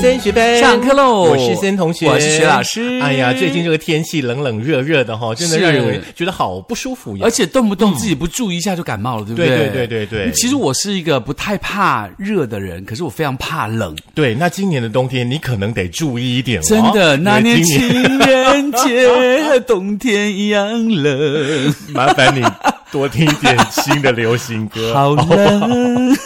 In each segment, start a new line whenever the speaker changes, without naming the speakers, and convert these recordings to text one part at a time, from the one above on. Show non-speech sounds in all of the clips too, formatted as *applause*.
森学班
上课喽！
我是森同学，
我是学老师。
哎呀，最近这个天气冷冷热热的哈，真的让
是
人觉得好不舒服呀
而。且动不动自己不注意一下就感冒了，对不
对
对
对对对对
其实我是一个不太怕热的人，可是我非常怕冷。
对，那今年的冬天你可能得注意一点了。哦
真的，
因为
那年
今
情
年
人节 *laughs* 和冬天一
*laughs*
样冷，
*laughs* 麻烦你多听一点新的流行歌。
*laughs* 好冷。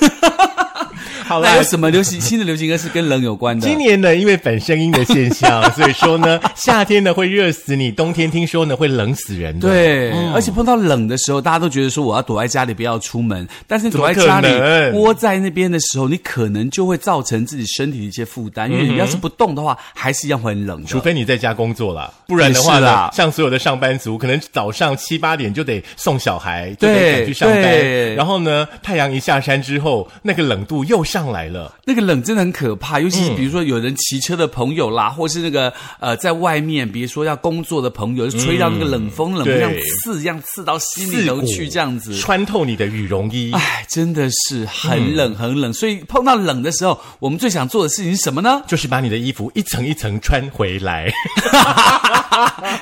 好
那
啦
有。什么流行新哎的流行歌是跟冷有关的？
今年呢，因为反声音的现象，所以说呢，夏天呢会热死你，冬天听说呢会冷死人的。
对，而且碰到冷的时候，大家都觉得说我要躲在家里，不要出门。但是你躲在
怎么
家
可
里
能
窝在那边的时候，你可能就会造成自己身体的一些负担，因为你要是不动的话，还是一样会很冷
除
的。
非你在家工作
*laughs*
啦，不然的
也
话
是
呢
啦，
像所有的上班族，可能早上七八点就得送小孩，就
对
得赶去上班，
对
然后呢，太阳一下山之后，那个冷度又上来了。
那个冷真的很可怕，尤其是比如说有人骑车的朋友啦，或是那个呃在外面，比如说要工作的朋友，就吹到那个冷风，冷风
对
像刺一样刺到心里头去，这样子。
穿透你的羽绒衣。
哎，真的是很冷很冷，所以碰到冷的时候，我们最想做的事情是什么 *laughs* 呢？
就是把你的衣服一层一层穿回来，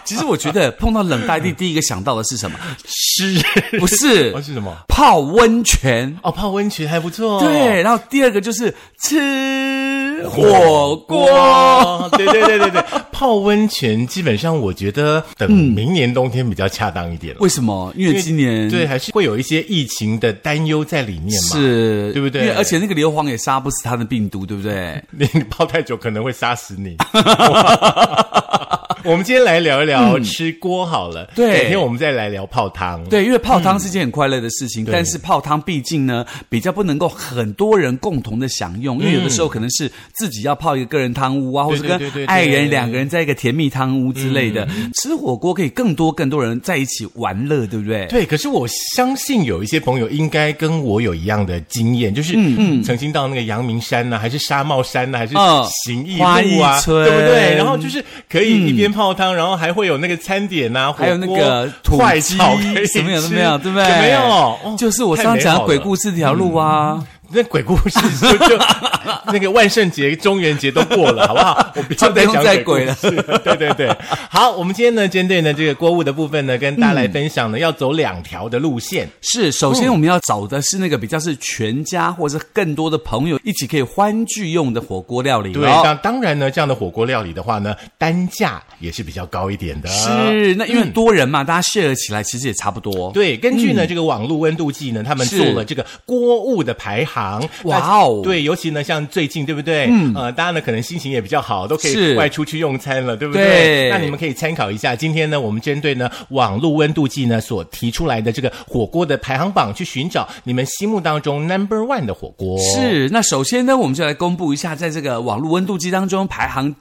其实我觉得碰到冷大 *laughs* 地，第一个想到的是什 *laughs* 么？
是
不是
哦是什么？
泡温泉。
哦，泡温泉还不错。
对，，然后第二个就是吃火锅。，
对对对对对，泡温泉基本上我觉得等
嗯
明年冬天比较恰当一点了。
为什么？因为今年
对还是会有一些疫情的担忧在里面嘛。
是，
对不对嗯
因为而且那个硫磺也杀不死它的病毒，对不对？
你你泡太久可能会杀死
*laughs*
你。 *laughs* 我们今天来聊一聊吃锅好了，
嗯对
改天我们再来聊泡汤。，
对，因为泡汤是件很快乐的事情，
对
但是泡汤毕竟呢，比较不能够很多人共同的享用，因为有的时候可能是自己要泡一个个人汤屋啊，或
嗯对
者
对对对对嗯
跟爱人两个人在一个甜蜜汤屋之类的。吃火锅可以更多更多人在一起玩乐，对不对？
对，可是我相信有一些朋友应该跟我有一样的经验，就是曾经到那个阳明山啊呢、还是沙帽山呢、还是
嗯
行义
花
路啊
艺，村嗯
对不对？然后就是可以一边泡汤，然后还会有那个餐点呐、啊，
还有那
火
个
锅
土
快
鸡
炒可以，
什么有都没有，对不对？
有没有？哦嗯
就是我
太
上
美
次讲
好
的鬼
了
故事这条路啊，
那鬼故事就就那个万圣节、中元节都过了，好不好？我不要再
就不
讲
用再
鬼故事对对对，好，我们今天呢，针对呢这个锅物的部分呢，跟大家来
嗯
分享呢，要走两条的路线。
是，首
嗯
先我们要找的是那个比较是全家或者是更多的朋友一起可以欢聚用的火锅料理
对，
咯
那当然呢，这样的火锅料理的话呢，单价也是比较高一点的。。嗯
是，那因为多人嘛，大家 share 起来其实也差不多。
对，根据
嗯
呢、这个网络温度计呢，他们
是
做了这个锅物的排行。
哇哦
那对，尤其呢像最近对不对？嗯，呃，大家呢可能心情也比较好，都可以
是
外出去用餐了，对不
对
那你们可以参考一下，今天呢我们针对呢网络温度计呢所提出来的这个火锅的排行榜，去寻找你们心目当中 number one 的火锅。。
是，那首先呢，我们就来公布一下，在这个网络温度计当中排行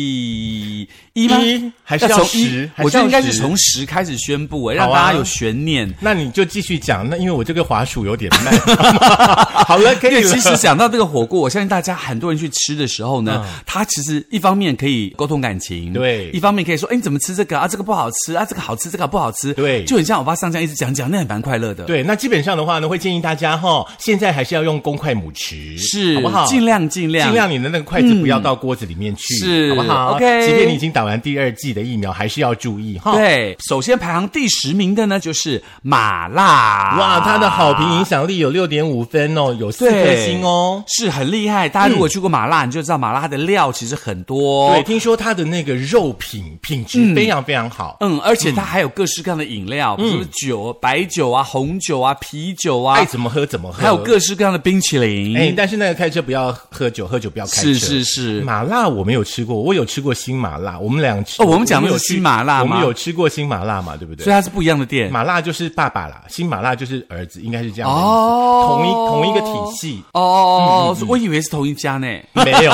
第一吗？
一还是要
从一
十还
我
是
觉
要
得应该是
十
从十开始宣布，哎，
好
让
啊
大家有悬念。
那你就继续讲，那因为我这个滑鼠有点慢。 *laughs* 好了，可
因
以
为
了。
哎其实讲到这个火锅，我相信大家很多人去吃的时候呢，他其实一方面可以沟通感情，
嗯对
一方面可以说，哎，你怎么吃这个啊？这个不好吃啊，这个好吃，这个不好吃，
对
就很像我爸上将一直讲讲，那很蛮快乐的，，
对，那基本上的话呢，会建议大家哈、现在还是要用公筷母匙，
是
好不好？
尽量尽量嗯
尽量你的那个筷子不要到锅子里面去，
是
好不好
OK
即便你已经打完第二剂的疫苗，还是要注意哈。。
对。首先排行第十名的呢，就是麻辣，
哇，它的好评影响力有六点五分哦，有四颗
对
星哦。
是很厉害。大家如果去过麻辣，你就知道麻辣它的料其实很多，
对，听说它的那个肉品品质非常非常好，
嗯，而且它还有各式各样的饮料，比
嗯
如说酒、白酒啊、红酒啊、啤酒啊
爱，哎怎么喝怎么喝。
还有各式各样的冰淇淋。
哎，但是那个开车不要喝酒，喝酒不要开车。
是是是
麻辣我没有吃过，我有吃过新麻辣，我们俩吃。
哦我们讲的是
有去
新麻辣吗
我们有吃过新麻辣嘛？对不对？
所以它是不一样的店。
麻辣就是爸爸啦，新麻辣就是儿子，应该是这样的意思，
哦
同一同一个体系，嗯哎 *laughs*
哦，我以为是同一家呢。
没有。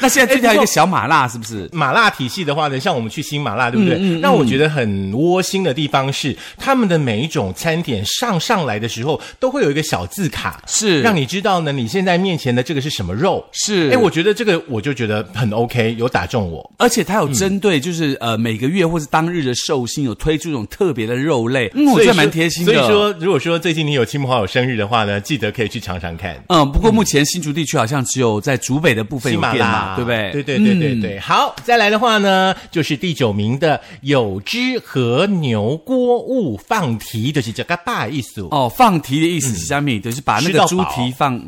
那现在最条一个小麻辣是不是？
麻辣体系的话呢，像我们去新麻辣，对不对？
嗯
让我觉得很窝心的地方是，他们的每一种餐点上上来的时候，都会有一个小字卡，
是
让你知道呢，你现在面前的这个是什么肉。
是
哎，我觉得这个我就觉得很 OK，有打中我。
而且它有针
嗯
对，就是、呃每个月或是当日的寿星有推出一种特别的肉类，嗯，我
所
觉
以
得
说
蛮贴心的。
所以说，如果说最近你有亲朋好友生日的话呢，记得可以去尝尝看。
嗯，不过目前新竹地区好像只有在竹北的部分
喜
有
马
店
拉
嘛，对不对？嗯
对对对对对。好，再来的话呢，就是第九名的有汁和牛锅物放题，就是这个大意思。
哦，放题的意思，虾米、就是把那
嗯吃到
个
饱
猪蹄放，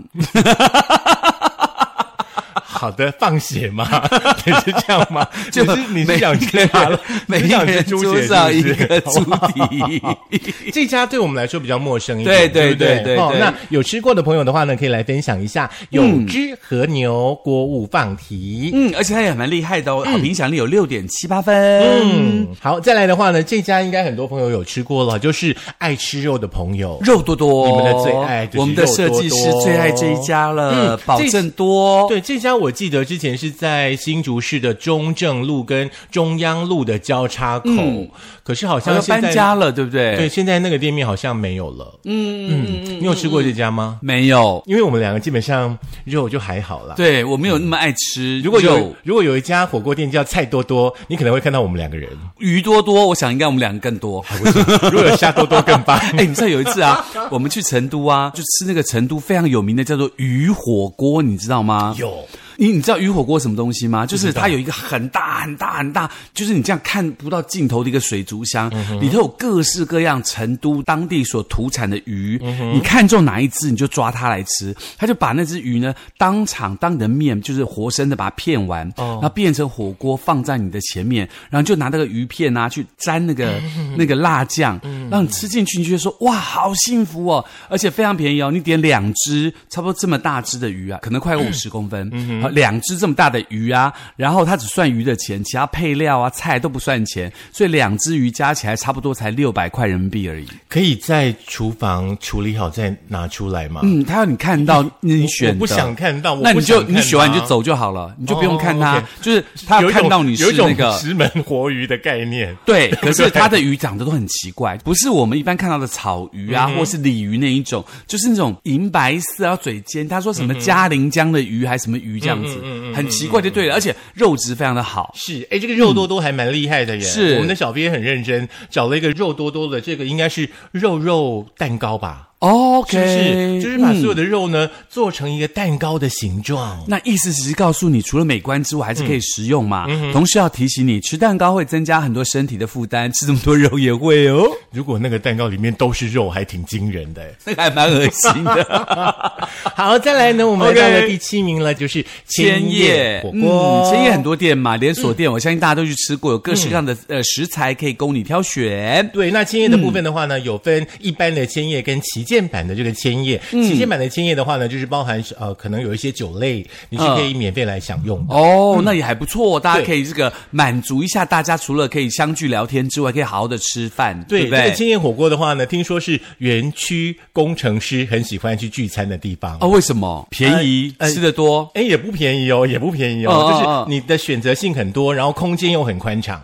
好的，放血吗？
*laughs*
你是这样吗？
就
你是你是
每
想吃麻 *laughs* 辣，
每
你
一
是想
个
吃
人
猪血
桌
是
上一
不是
个猪蹄。
*laughs* 这家对我们来说比较陌生一点，
对
对
对
不
对对嗯
哦。
对
那有吃过的朋友的话呢，可以来分享一下有汁和牛锅物放题。
嗯，而且它也蛮厉害的哦，好评奖励有六点七八分。
嗯，好，再来的话呢，这家应该很多朋友有吃过了，就是爱吃肉的朋友。
肉多多，
你们的最爱就是
我们的设计师最爱这一家了，
嗯
保证多。
对，这家我记得之前是在新竹市的中正路跟中央路的交叉口，可是好
嗯好
像
像
现在
搬家了，对不对？
对，，现在那个店面好像没有了。嗯嗯嗯，你有吃过这家吗？
没有，
因为我们两个基本上肉就还好啦。
对我没有那么爱吃
嗯
肉。
如果有如果有一家火锅店叫菜多多，你可能会看到我们两个人。
鱼多多，我想应该我们两个更多。
如果有虾多多更棒。
*laughs* 哎、你知道有一
*laughs*
次啊，我们去成都啊，就吃那个成都非常有名的叫做鱼火锅，你知道吗？
有
你你知道鱼火锅什么东西吗？就是它有一个很大很大很大，就是你这样看不到尽头的一个水族箱，里头有各式各样成都当地所土产的鱼，你看中哪一只你就抓它来吃。他就把那只鱼呢当场当你的面，就是活生的把它片完，然后变成火锅放在你的前面，然后就拿那个鱼片啊去沾那
*laughs*
个那个辣酱，
嗯
让你吃进去，你就会说哇，好幸福哦！而且非常便宜哦，你点两只差不多这么大只的鱼啊，可
*clears throat*
能快五十公分，
嗯
好两只这么大的鱼啊，然后它只算鱼的钱，其他配料啊菜都不算钱，所以两只鱼加起来差不多才六百块人民币而已。
可以在厨房处理好再拿出来吗？
嗯，他要你看到你选
*laughs* 我
的，
不想看到，我
那你
不想
就
看
你选完你就
它。
走就好了，你就不用看
哦
它，
，OK
就是他
有
要
一种
看到你是
有一种
那个
石门活鱼的概念。
对，可是它的鱼长得都很奇怪，不是我们一般看到的草鱼
嗯
啊，或是鲤鱼那一种，就是那种银白色啊，嘴尖。他说什么嘉陵江的鱼还是什么鱼这样
嗯
子，很奇怪就对了，而且肉质非常的好。
是，哎，这个肉多多还蛮厉害的耶。
嗯是
我们的小编很认真，找了一个肉多多的，这个应该是肉肉蛋糕吧？是不
OK，
是？就是把所有
嗯
的肉呢、做成一个蛋糕的形状。
那意思只是告诉你，除了美观之外，还是可以食用嘛。
嗯
同时要提醒你，吃蛋糕会增加很多身体的负担，吃这么多肉也会哦， *laughs*
如果那个蛋糕里面都是肉，还挺惊人的耶。
那个还蛮恶心的。
好，再来呢，我们来到了
OK
第七名了，就是千
千
叶
叶
火锅。嗯
嗯，千叶很多店嘛，连锁店，我相信大家都去吃过，有各式各样的、呃食材可以供你挑选。
对，那千叶的部
嗯
分的话呢，有分一般的千叶跟旗舰版的这个千叶。
嗯
旗舰版的千叶的话呢，就是包含呃，可能有一些酒类，你是可
嗯
以免费来享用的。
哦，那也还不错，大家可以这个满足一下大家，除了可以相聚聊天之外，可以好好的吃饭，
对，
不
这个
对？
千叶火锅的话呢，听说是园区工程师很喜欢去聚餐的地方。
哦，为什么便宜、
呃呃
吃的多？
哎，也不便宜哦，也不便宜哦，
哦哦
就是你的选择性很多，然后空间又很宽敞，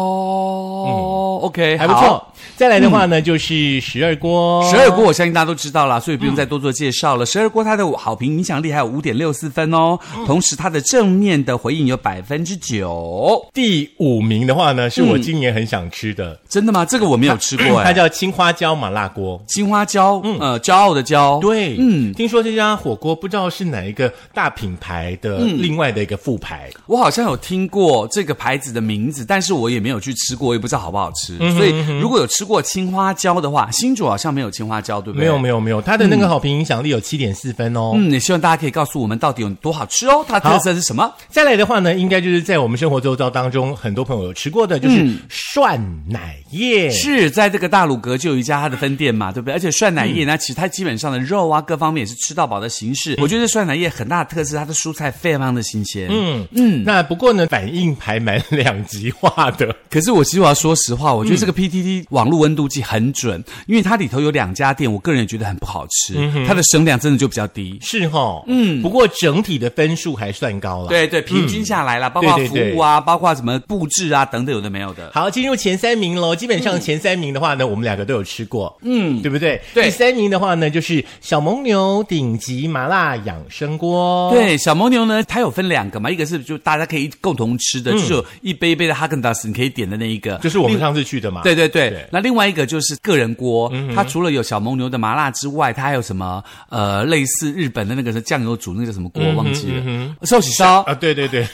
哦、o k
嗯还不。错。再来的话呢，就是十二锅，
嗯十二锅我相信大家都知道啦，所以不
嗯
用再多做介绍了。十二锅它的好评影响力还有五点六四分哦，
嗯
同时它的正面的回应有百分之九，
第五名的话呢，是我今年很想吃的，
真的吗？这个我没有嗯吃
*laughs*
过哎、
它叫青花椒麻辣锅。
青花椒，呃，骄傲的骄，
嗯对，嗯，听说这家火锅不知道是哪一个大品牌的
嗯
另外的一个副牌，
我好像有听过这个牌子的名字，但是我也没有去吃过，我也不知道好不好吃。
嗯
所以如果有吃过青花椒的话，新竹好像没有青花椒，对不对？
没有没有没有，它的那个好评影响力有七点四分哦。
嗯，也希望大家可以告诉我们到底有多好吃哦，它的特色是什么？
再来的话呢，应该就是在我们生活周遭当中，很多朋友有吃过的，就是涮奶液。
嗯是在这个大鲁阁就有一家它的分店嘛，
嗯
对不对？而且涮奶液呢，其实它基本上的肉啊各方面也是吃到饱的形
嗯
式。我觉得涮奶液很大的特色，它的蔬菜非常的新鲜。嗯，
嗯嗯，那不过呢，反应还蛮两极化的。
嗯可是我其实我要说实话，我觉得这个 PTT 网网络温度计很准，因为它里头有两家店，我个人也觉得很不好吃，它的声量真的就比较低。
是哈，嗯，不过整体的分数还算高了。，
对对，平均下来啦，包括
对
服
对对
务啊，包括什么布置啊等等，有的没有的。
好，进入前三名喽。基本上前三名的话呢，我们两个都有吃过，嗯，对不对？
对
第三名的话呢，就是小蒙牛顶级麻辣养生锅。。
哦对，小蒙牛呢，它有分两个嘛，一个是就大家可以共同吃的，就是有一杯一杯的哈根达斯，你可以点的那一个，
就是我们上次去的嘛，
对对对，嗯
对
那另外一个就是个人锅，它除了有小蒙牛的麻辣之外，它还有什么呃类似日本的那个是酱油煮那个叫什么锅、忘记了，寿喜烧。
啊，对对
*laughs*
对，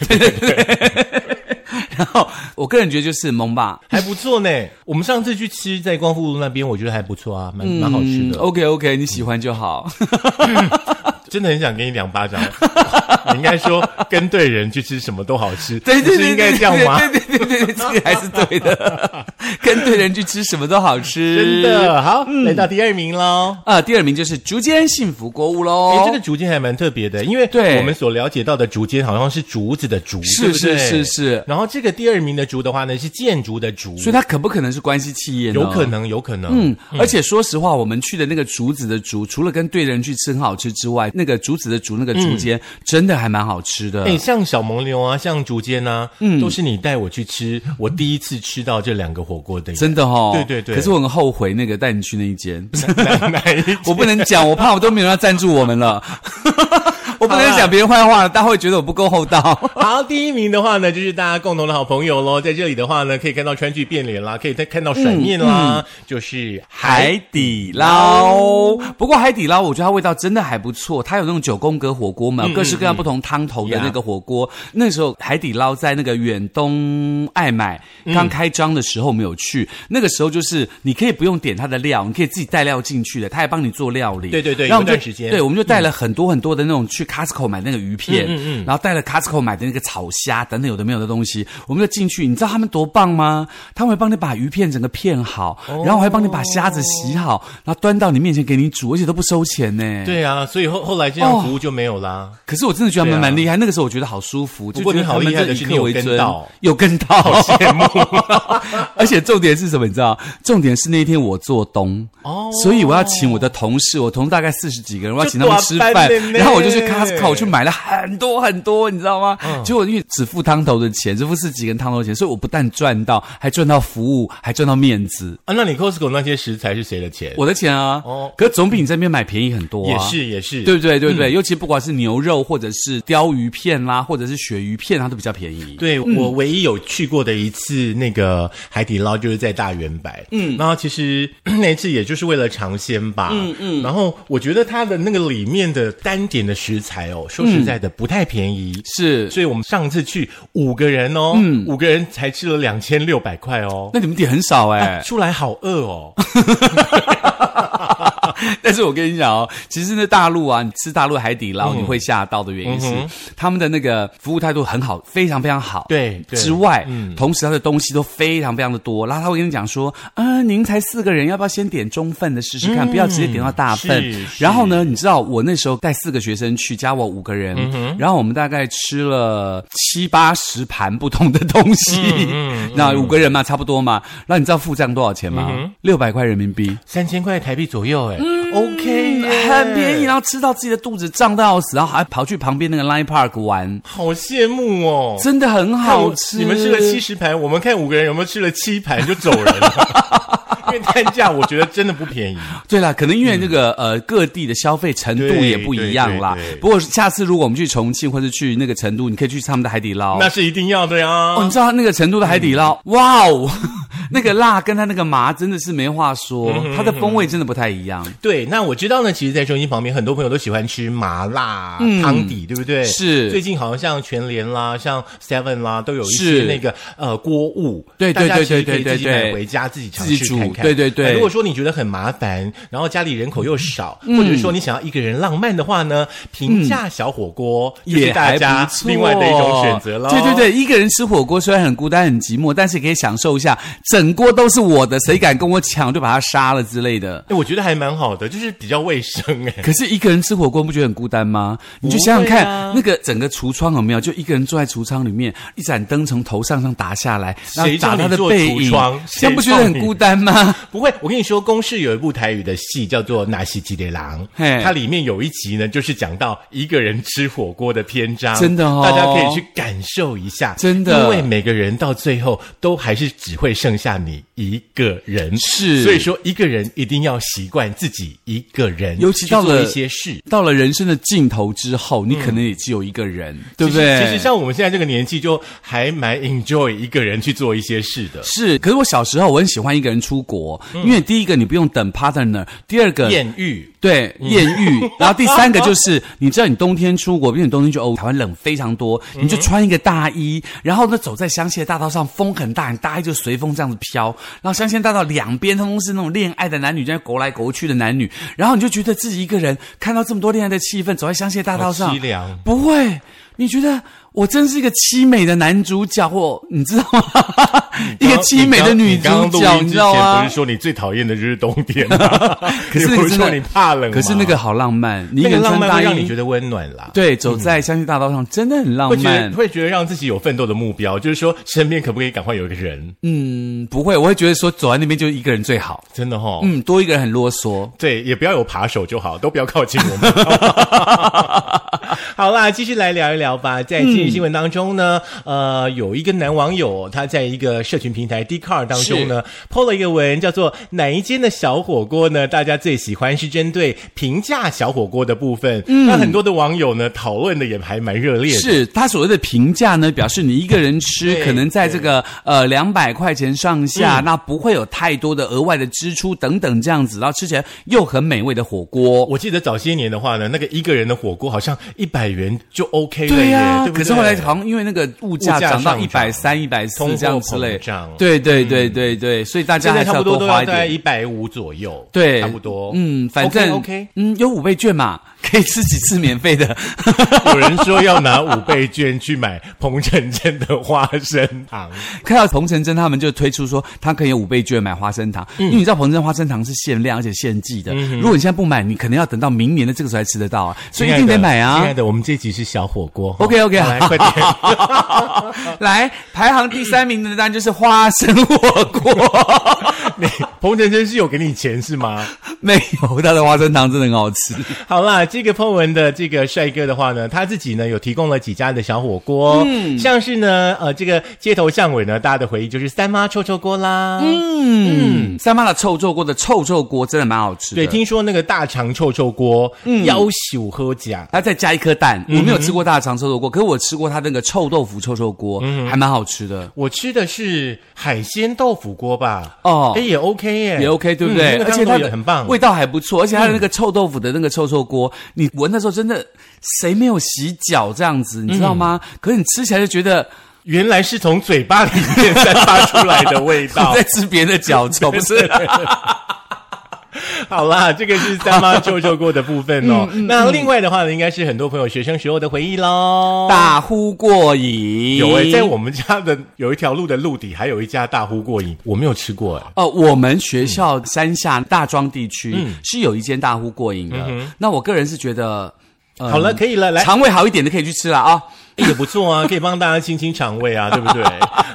然后我个人觉得就是蒙吧。
还不错呢。我们上次去吃在光复路那边，我觉得还不错啊，蛮蛮好吃的。嗯
OK OK，你喜嗯欢就好。
*laughs* 真的很想给你两巴掌。 *laughs* 你应该说跟对人去吃什么都好吃，
*laughs* *laughs* 对对
不是
对，
应该这样吗？
对对对对对，这个还是
*laughs*
对的。跟对人去吃什么都好
真。
吃。
的好，
嗯
来到第二名喽。
呃，第二名就是竹间幸福锅物喽。
哎，这个竹间还蛮特别的，因为
哦对
我们所了解到的竹间好像是竹子的竹，
是
对不对
是是是
然后这个第二名的竹的话呢，是建筑的竹，
所以它可不可能是关系企业呢？
有可能，有可能。
嗯，而且说实话，我们去的那个竹子的竹，除了跟对人去吃很好吃之外，那个竹子的竹那个竹间、真的还蛮好吃
嗯
的。
哎，像小蒙牛啊，像竹间啊，
嗯
都是你带我去吃，我第一次吃到这两个火锅的耶，
真的哦，
对对对
可是我很后悔那个带你去那一间，
*laughs* 哪哪一间
*laughs* 我不能讲，我怕我都没有人要赞助我们了， *laughs* 我不能讲别人坏话了，大家会觉得我不够
*laughs*
厚道。
好，第一名的话呢，就是大家共同的好朋友喽。在这里的话呢，可以看到川剧变脸啦，可以再看到甩面啦，就是
海底捞，不过海底捞我觉得它味道真的还不错，它有那种九宫格火锅嘛，
嗯
各式各样不同汤头的那个火锅。那时候海底捞在那个远东爱买刚开张的时候没有去，那个时候就是你可以不用点它的料，你可以自己带料进去的，它还帮你做料理。
对对对
然后我们
有
就
段时间
对，我们就带了很多很多的那种去 Costco 买那个鱼片，然后带了 Costco 买的那个炒虾等等有的没有的东西，我们就进去，你知道他们多棒吗？他们会帮你把鱼片整个片好，然后还帮你把虾子洗好，然后端到你面前给你煮，而且都不收钱呢。，
对啊，所以后后来这样服务就没有啦。
可是我真的觉得他们
对啊
蛮厉害，那个时候我觉得好舒服。
不过
就觉得
你好
他们
厉害的
真
是
以
你
客
有
为
跟
尊
到，
有跟
*laughs*
到，
好羡慕。
*laughs* 而且重点是什么？你知道？重点是那一天我做东，
哦
所以我要请我的同事，我同事大概四十几个人，我要请他们吃
就大
饭
班的，呢
然后我就去 Costco 去买了很多很多，你知道吗？
嗯
结果因为只付汤头的钱，只付四十几个人汤头的钱，所以我不但赚到，还赚到服务，还赚到面子，
啊，那你 Costco 那些食材是谁的钱？
我的钱啊！
哦
可是总比你这边买便宜很多、啊，
也是也是，
对不对？对不对？尤其不管是牛肉或者是鲷鱼片啦，或者是鳕鱼片，它都比较便宜。
对我唯一有去过的一次那个海底捞，就是在大圆白。嗯，然后其实那一次也就是为了尝鲜吧。嗯嗯，然后我觉得它的那个里面的单点的食材哦，说实在的不太便宜。
是。
所以我们上次去五个人哦，
嗯
五个人才吃了两千六百块哦，
那你们点很少哎、
*laughs* 出来好饿哦。
但是我跟你讲哦，其实那大陆啊，你吃大陆海底捞，你会吓到的原因是、他们的那个服务态度很好，非常非常好。
对对嗯
之外，同时他的东西都非常非常的多，然后他会跟你讲说，啊，您才四个人，要不要先点中份的试试看，不要直接点到大份
嗯是。
然后呢，你知道我那时候带四个学生去，加我五个人，
嗯
然后我们大概吃了七八十盘不同的东西，
嗯
那五个人嘛，差不多嘛。那你知道付账多少钱
嗯
吗？六百块人民币。
三千块台币左右，哎、o k 耶
嗯很便宜，，然后吃到自己的肚子胀到要死，然后还跑去旁边那个 Line Park 玩，
好羡慕哦。
真的很好吃。
看我你们吃了七十盘，我们看五个人有没有吃了七盘就走人了。
*laughs*
因为单价我觉得真的不便宜，
对啦，可能因为那个、呃各地的消费程度
嗯对
也不一样啦
对对对。
不过下次如果我们去重庆或者去那个成都，你可以去他们的海底捞。
那是嗯一定要的呀。
哦，你知道那个成都的海底捞，哇哦， *laughs* 那个辣跟它那个麻真的是没话
嗯
说，它的风味真的不太一样。
对，那我知道呢。其实，在收音旁边，很多朋友都喜欢吃麻辣汤底，对不对？
嗯是
最近好像像全联啦、像 Seven 啦，都有一些
是
那个呃锅物，
对
大
对
家
对
其实
对
可以
对
自己
对
买
对
回家自己尝
自
试
己煮
看看。
对对对
那如果说你觉得很麻烦，然后家里人口又少，
嗯
或者说你想要一个人浪漫的话呢，平价小火锅就是
嗯也
大
还
家
不错
另外的一种选择了。
对对对，一个人吃火锅虽然很孤单很寂寞，但是可以享受一下整锅都是我的，谁敢跟我抢，就把他杀了之类的。
哎，我觉得还蛮好的，就是比较卫生哎、
*laughs* 可是一个人吃火锅，不觉得很孤单吗？
啊
你就想想看，那个整个橱窗有没有？就一个人坐在橱窗里面，一盏灯从头上上打下来，然后
谁叫
打
你
他的
坐
背
橱
影
窗，
这样不
谁
觉得
叫
很
你
孤单吗？
不会，我跟你说，公视有一部台语的戏叫做《纳西吉列郎
嘿》，
它里面有一集呢，就是讲到一个人吃火锅的篇章，
真的哦
大家可以去感受一下，
真的
因为每个人到最后都还是只会剩下你一个人，
是
所以说一个人一定要习惯自己一个人，
尤其到
去做
了
一些事。
*laughs* 到了人生的尽头之后，你可能也只有一个人，对不
嗯其实
对？
其实像我们现在这个年纪，就还蛮 enjoy 一个人去做一些事的。
是，可是我小时候我很喜欢一个人出国，
嗯
因为第一个你不用等 partner，第二个
艳遇，
对，
嗯
艳
*laughs*
遇，然后第三个就是，你知道你冬天出国，因为你冬天去
*laughs*
欧台湾冷非常多，
嗯
你就穿一个大衣，然后呢走在香榭大道上，风很大，你大衣就随风这样子飘，然后香榭大道两边通通是那种恋爱的男女，在勾来勾去的男女，然后你就觉得自己一个人看到这么多恋爱的气氛，走在香榭大道上，
好哦凄凉
不会，你觉得我真是一个凄美的男主角或你知道吗？ *laughs* 一个凄美的女
你刚
主
你刚
角，
刚录音之前
你知道吗
不是？说你最讨厌的就是冬天吗？
*laughs* 可是
*laughs* 你
那
不是
个真
说
的
你怕冷吗，
可是那个好浪漫，你一
那
个
个
人
浪漫
穿大
会
衣，
让你觉得温暖啦。
对，走在香榭大道上、真的很浪
会觉
漫
得。会觉得让自己有奋斗的目标，就是说身边可不可以赶快有一个人？
嗯，不会，我会觉得说走在那边就一个人最好。
真的哈、哦，
嗯，多一个人很啰嗦。
对，也不要有扒手就好，都不要靠近我们。 *laughs* 好啦，继续来聊一聊吧。在今日新闻当中呢，呃，有一个男网友他在一个社群平台 d c a r 当中呢，PO 了一个文，叫做“哪一间的小火锅呢？大家最喜欢是针对平价小火锅的部分。”那很多的网友呢讨论的也还蛮热烈的。
是他所谓的评价呢，表示你一个人吃
对嗯
可能在这个呃两百块钱上下，那不会有太多的额外的支出等等这样子，然后吃起来又很美味的火锅。
我记得早些年的话呢，那个一个人的火锅好像一百元就 OK 了耶，
呀、
对不对？
可是后来好像因为那个物价
物价
涨到
上
一
涨
百三、一百四
通货
这样之类
膨胀，
对对对对对，所以大
嗯
家
现在
还是
差不多都
多
要
花一
在
点。
一百五左右，
对，
差不多。
嗯，反正
OK，,
嗯，有五倍券嘛， *laughs* 可以吃几次免
*laughs*
费的。
有人说要拿五倍券去买彭城镇的花生糖，
看到彭城珍他们就推出说，他可以有五倍券买花生糖，
嗯
因为你知道彭城花生糖是限量而且限季的，如果你现在不买，你可能要等到明年的 *laughs* 这个时候才吃得到啊，所以一定得买
亲爱
啊。
的，我们这集是小火锅。
OK，OK，
好来
好
快点。 *laughs*
*laughs* 来，排行第三名的当然就是花生火
*laughs*
锅，
你彭城真是有给你钱是吗？
没有它的花生糖真的很好吃。
好啦，这个 po 文的这个帅哥的话呢，他自己呢有提供了几家的小火锅，嗯，像是呢，呃，这个街头巷尾呢，大家的回忆就是三妈臭臭锅啦，嗯，
嗯，三妈的臭臭锅的臭臭锅真的蛮好吃的。
对，听说那个大肠臭臭锅，嗯，要求喝甲。
然后再加一颗蛋，我
嗯
没有吃过大肠臭臭锅，可是我吃过它那个臭豆腐臭臭锅，
嗯
还蛮好吃的。
我吃的是海鲜豆腐锅吧？
哦
哎也 OK 耶，
也 OK，对不对？
嗯那个
而且
汤头
它
也
的
很棒。嗯
味道还不错，而且它的那个臭豆腐的那个臭臭锅，你闻的时候真的，谁没有洗脚这样
嗯
子，你知道吗？可是你吃起来就觉得
原来是从嘴巴里面散发出来的味道
*laughs* 在。吃别人的
*laughs*
脚臭，不是？
好啦，这个是三妈臭臭锅的部分哦。
嗯
那另外的话呢，应该是很多朋友学生时候的回忆喽。
大呼过瘾，
有诶、欸在我们家的有一条路的路底，还有一家大呼过瘾，我没有吃过诶、
哦，我们学校山下大庄地区
嗯
是有一间大呼过瘾的。那我个人是觉得，呃
好了，可以了，来
肠胃好一点的可以去吃了啊。
也不错啊，可以帮大家清清肠胃啊，对不对？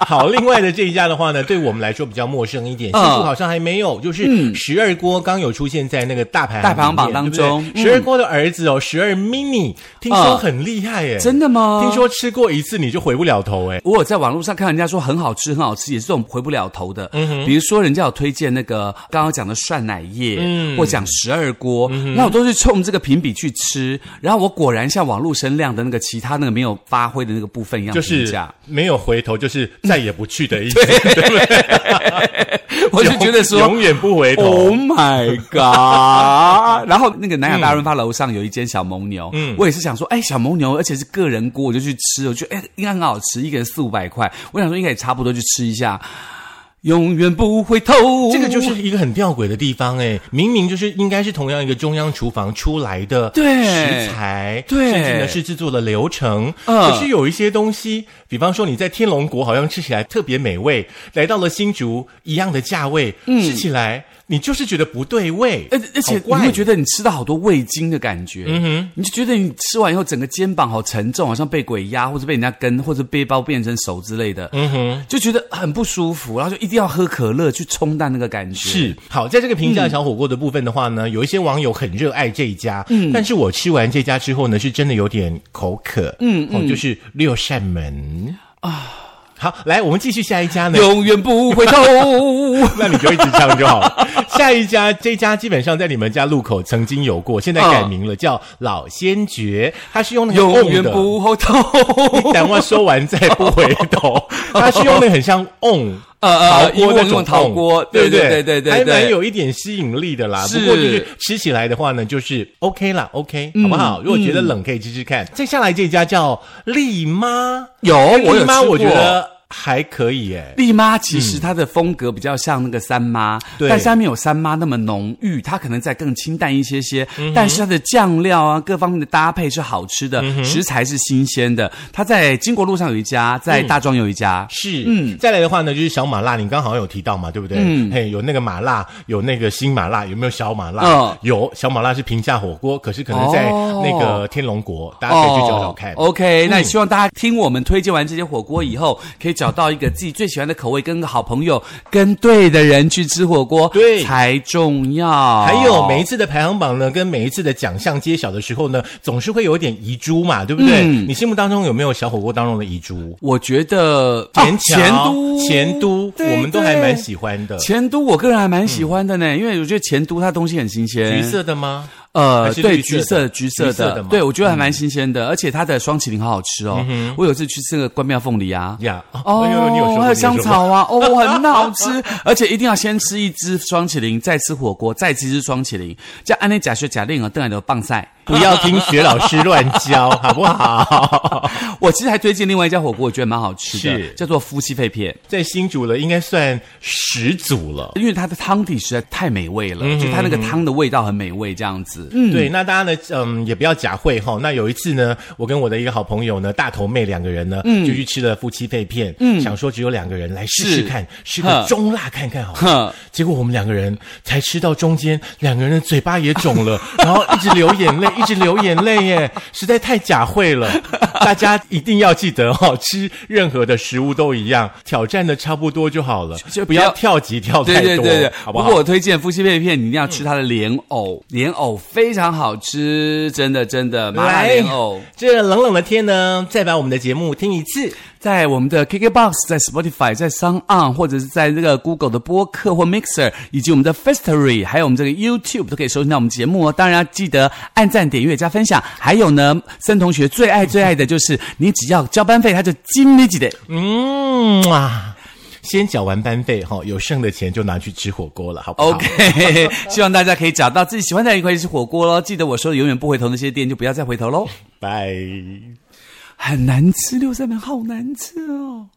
好，另外的这一家的话呢，对我们来说比较陌生一点，
嗯
新竹好像还没有，就是十二锅刚有出现在那个大排
大排行榜当中嗯
十二锅的儿子哦，十二 mini，听说很厉害耶，
真的吗
听说吃过一次你就回不了头哎，
我有在网络上看人家说很好吃，很好吃，也是这种回不了头的。
嗯
比如说人家有推荐那个刚刚讲的涮奶液，
嗯
或讲十二锅，那我都是冲这个评比去吃，然后我果然像网络声量的那个其他那个没有发挥的那个部分一样
就
评
是
价。
没有回头，就是再也不去的意思，对不对？
*laughs* 我就觉得说
永。远不回头。
Oh my
*laughs*
god！然后那个南亚大润发楼上有一间小蒙牛，
嗯
我也是想说，哎，小蒙牛，而且是个人锅，我就去吃，我觉得哎应该很好吃，一个人四五百块，我想说应该也差不多去吃一下。永远不回头。
这个
哦
就是一个很吊诡的地方哎、明明就是应该是同样一个中央厨房出来的
对
食材，
对
甚至呢是制作的流程，
嗯
可是有一些东西，比方说你在天龙国好像吃起来特别美味，来到了新竹一样的价位，吃起来你就是觉得不对味，
而哎而且
好
你
怪
会觉得你吃到好多味精的感觉，嗯哼，你就觉得你吃完以后整个肩膀好沉重，好像被鬼压，或者被人家跟，或者背包变成手之类的，嗯哼，就觉得很不舒服，然后就一定要喝可乐去冲淡那个感觉。，
是好，在这个平价小火锅的部分的话呢，有一些网友很热爱这一家，嗯，但是我吃完这家之后呢，是真的有点口渴，嗯，哦，就是六扇门啊。好，来，我们继续下一家呢。
*laughs* 永远不回 *laughs* 头。
那你就一直唱就好 *laughs* 了。下一家，这家基本上在你们家路口曾经有过，现在改名了，叫老先觉。它是用那个
永远
瓮的，
不回 *laughs* 头，
等我说完再不回 *laughs* 头。它是用那个很像瓮。
呃
陶
呃
锅那
一
种
瓮陶锅
瓮对
对
对
对对对
还蛮
对
有一点吸引力的啦。
是
不过就是吃起来的话呢，就是 OK 啦，OK，好不
嗯
好？如果觉得冷，可以吃吃看。再下来这家叫丽妈，
有我有
丽妈，
吃
我觉
过
得还可以诶。
丽妈其实她的风格比较像那个三妈，
对
但是她没有三妈那么浓郁，她可能再更清淡一些些。但是她的酱料啊，各方面的搭配是好吃的，食材是新鲜的。她在金国路上有一家，在大庄有一家。
是，嗯，再来的话呢，就是小麻辣，你刚好有提到嘛，对不对？嗯，嘿，有那个麻辣，有那个新麻辣，有没有小麻辣？
嗯
有，小麻辣是平价火锅，可是可能在
哦
那个天龙国，大家可以去找找看。
OK，那
嗯
希望大家听我们推荐完这些火锅以后，可以找到一个自己最喜欢的口味，跟个好朋友、跟对的人去吃火锅，
对
才重要。
还有每一次的排行榜呢，跟每一次的奖项揭晓的时候呢，总是会有一点遗珠嘛，对不对？
嗯
你心目当中有没有小火锅当中的遗珠？
我觉得
前
桥哦前都
前都，
对
我们都还蛮
对
喜欢的。
前都我个人还蛮喜欢的呢，因为我觉得前都它东西很新鲜，
橘色的吗？
呃
还，是
对，
绿色
橘
的
色橘色
橘色
的
的，嘛嗯
对我觉得还蛮新鲜的，而且它的双麒麟好好吃哦。我有次去吃那个关庙凤梨啊。
呀，
哦，
哎呦，你有说过
还
你说
有香
过
草啊，哦，很好吃， *laughs* 而且一定要先吃一只双麒麟，再吃火锅，再吃一只双麒麟，这样安内假学假令啊，邓来的棒赛。
不要听学老师乱教，好不好？ *laughs*
我其实还推荐另外一家火锅，我觉得蛮好吃的
哦是，
叫做夫妻肺片。
在新竹了，应该算十组了。
因为它的汤底实在太美味
嗯
了，就它那个汤的味道很美味，这样子。嗯，
对，那大家呢，嗯，也不要假会哈。那有一次呢，我跟我的一个好朋友呢，大头妹两个人呢，
嗯
就去吃了夫妻肺片，想说只有两个人来试试看，吃个
哼
中辣看看好
*laughs* 哼
了。结果我们两个人才吃到中间，两个人的嘴巴也肿了，然后一直流眼泪，一直流眼泪耶，实在太假会了。大家一定要记得哈、哦，吃任何的食物都一样，挑战的差不多就好了，
就
不
不要
要跳级跳
对
哦太多，
对对对，
好不好？嗯
过我推荐夫妻肺片，你一定要吃它的莲藕，莲藕非常好吃，真的真的麻辣
来
莲藕。
哎这冷冷的天呢，再把我们的节目听一次。
在我们的 KKBOX、在 Spotify、在 s o n On，或者是在这个 Google 的播客或 Mixer，以及我们的 Firstory，还有我们这个 YouTube 都可以收听到我们节目哦。当然要记得按赞、点阅、加分享。还有呢，森同学最爱最爱的就是你只要交班费，他就金你几的。
嗯啊，先缴完班费哈、有剩的钱就拿去吃火锅了，好不好 *laughs*
*laughs* OK，希望大家可以找到自己喜欢的一块去吃火锅喽。记得我说的永远不回头那些店，就不要再回头喽。
拜。
很难吃，六扇门好难吃哦。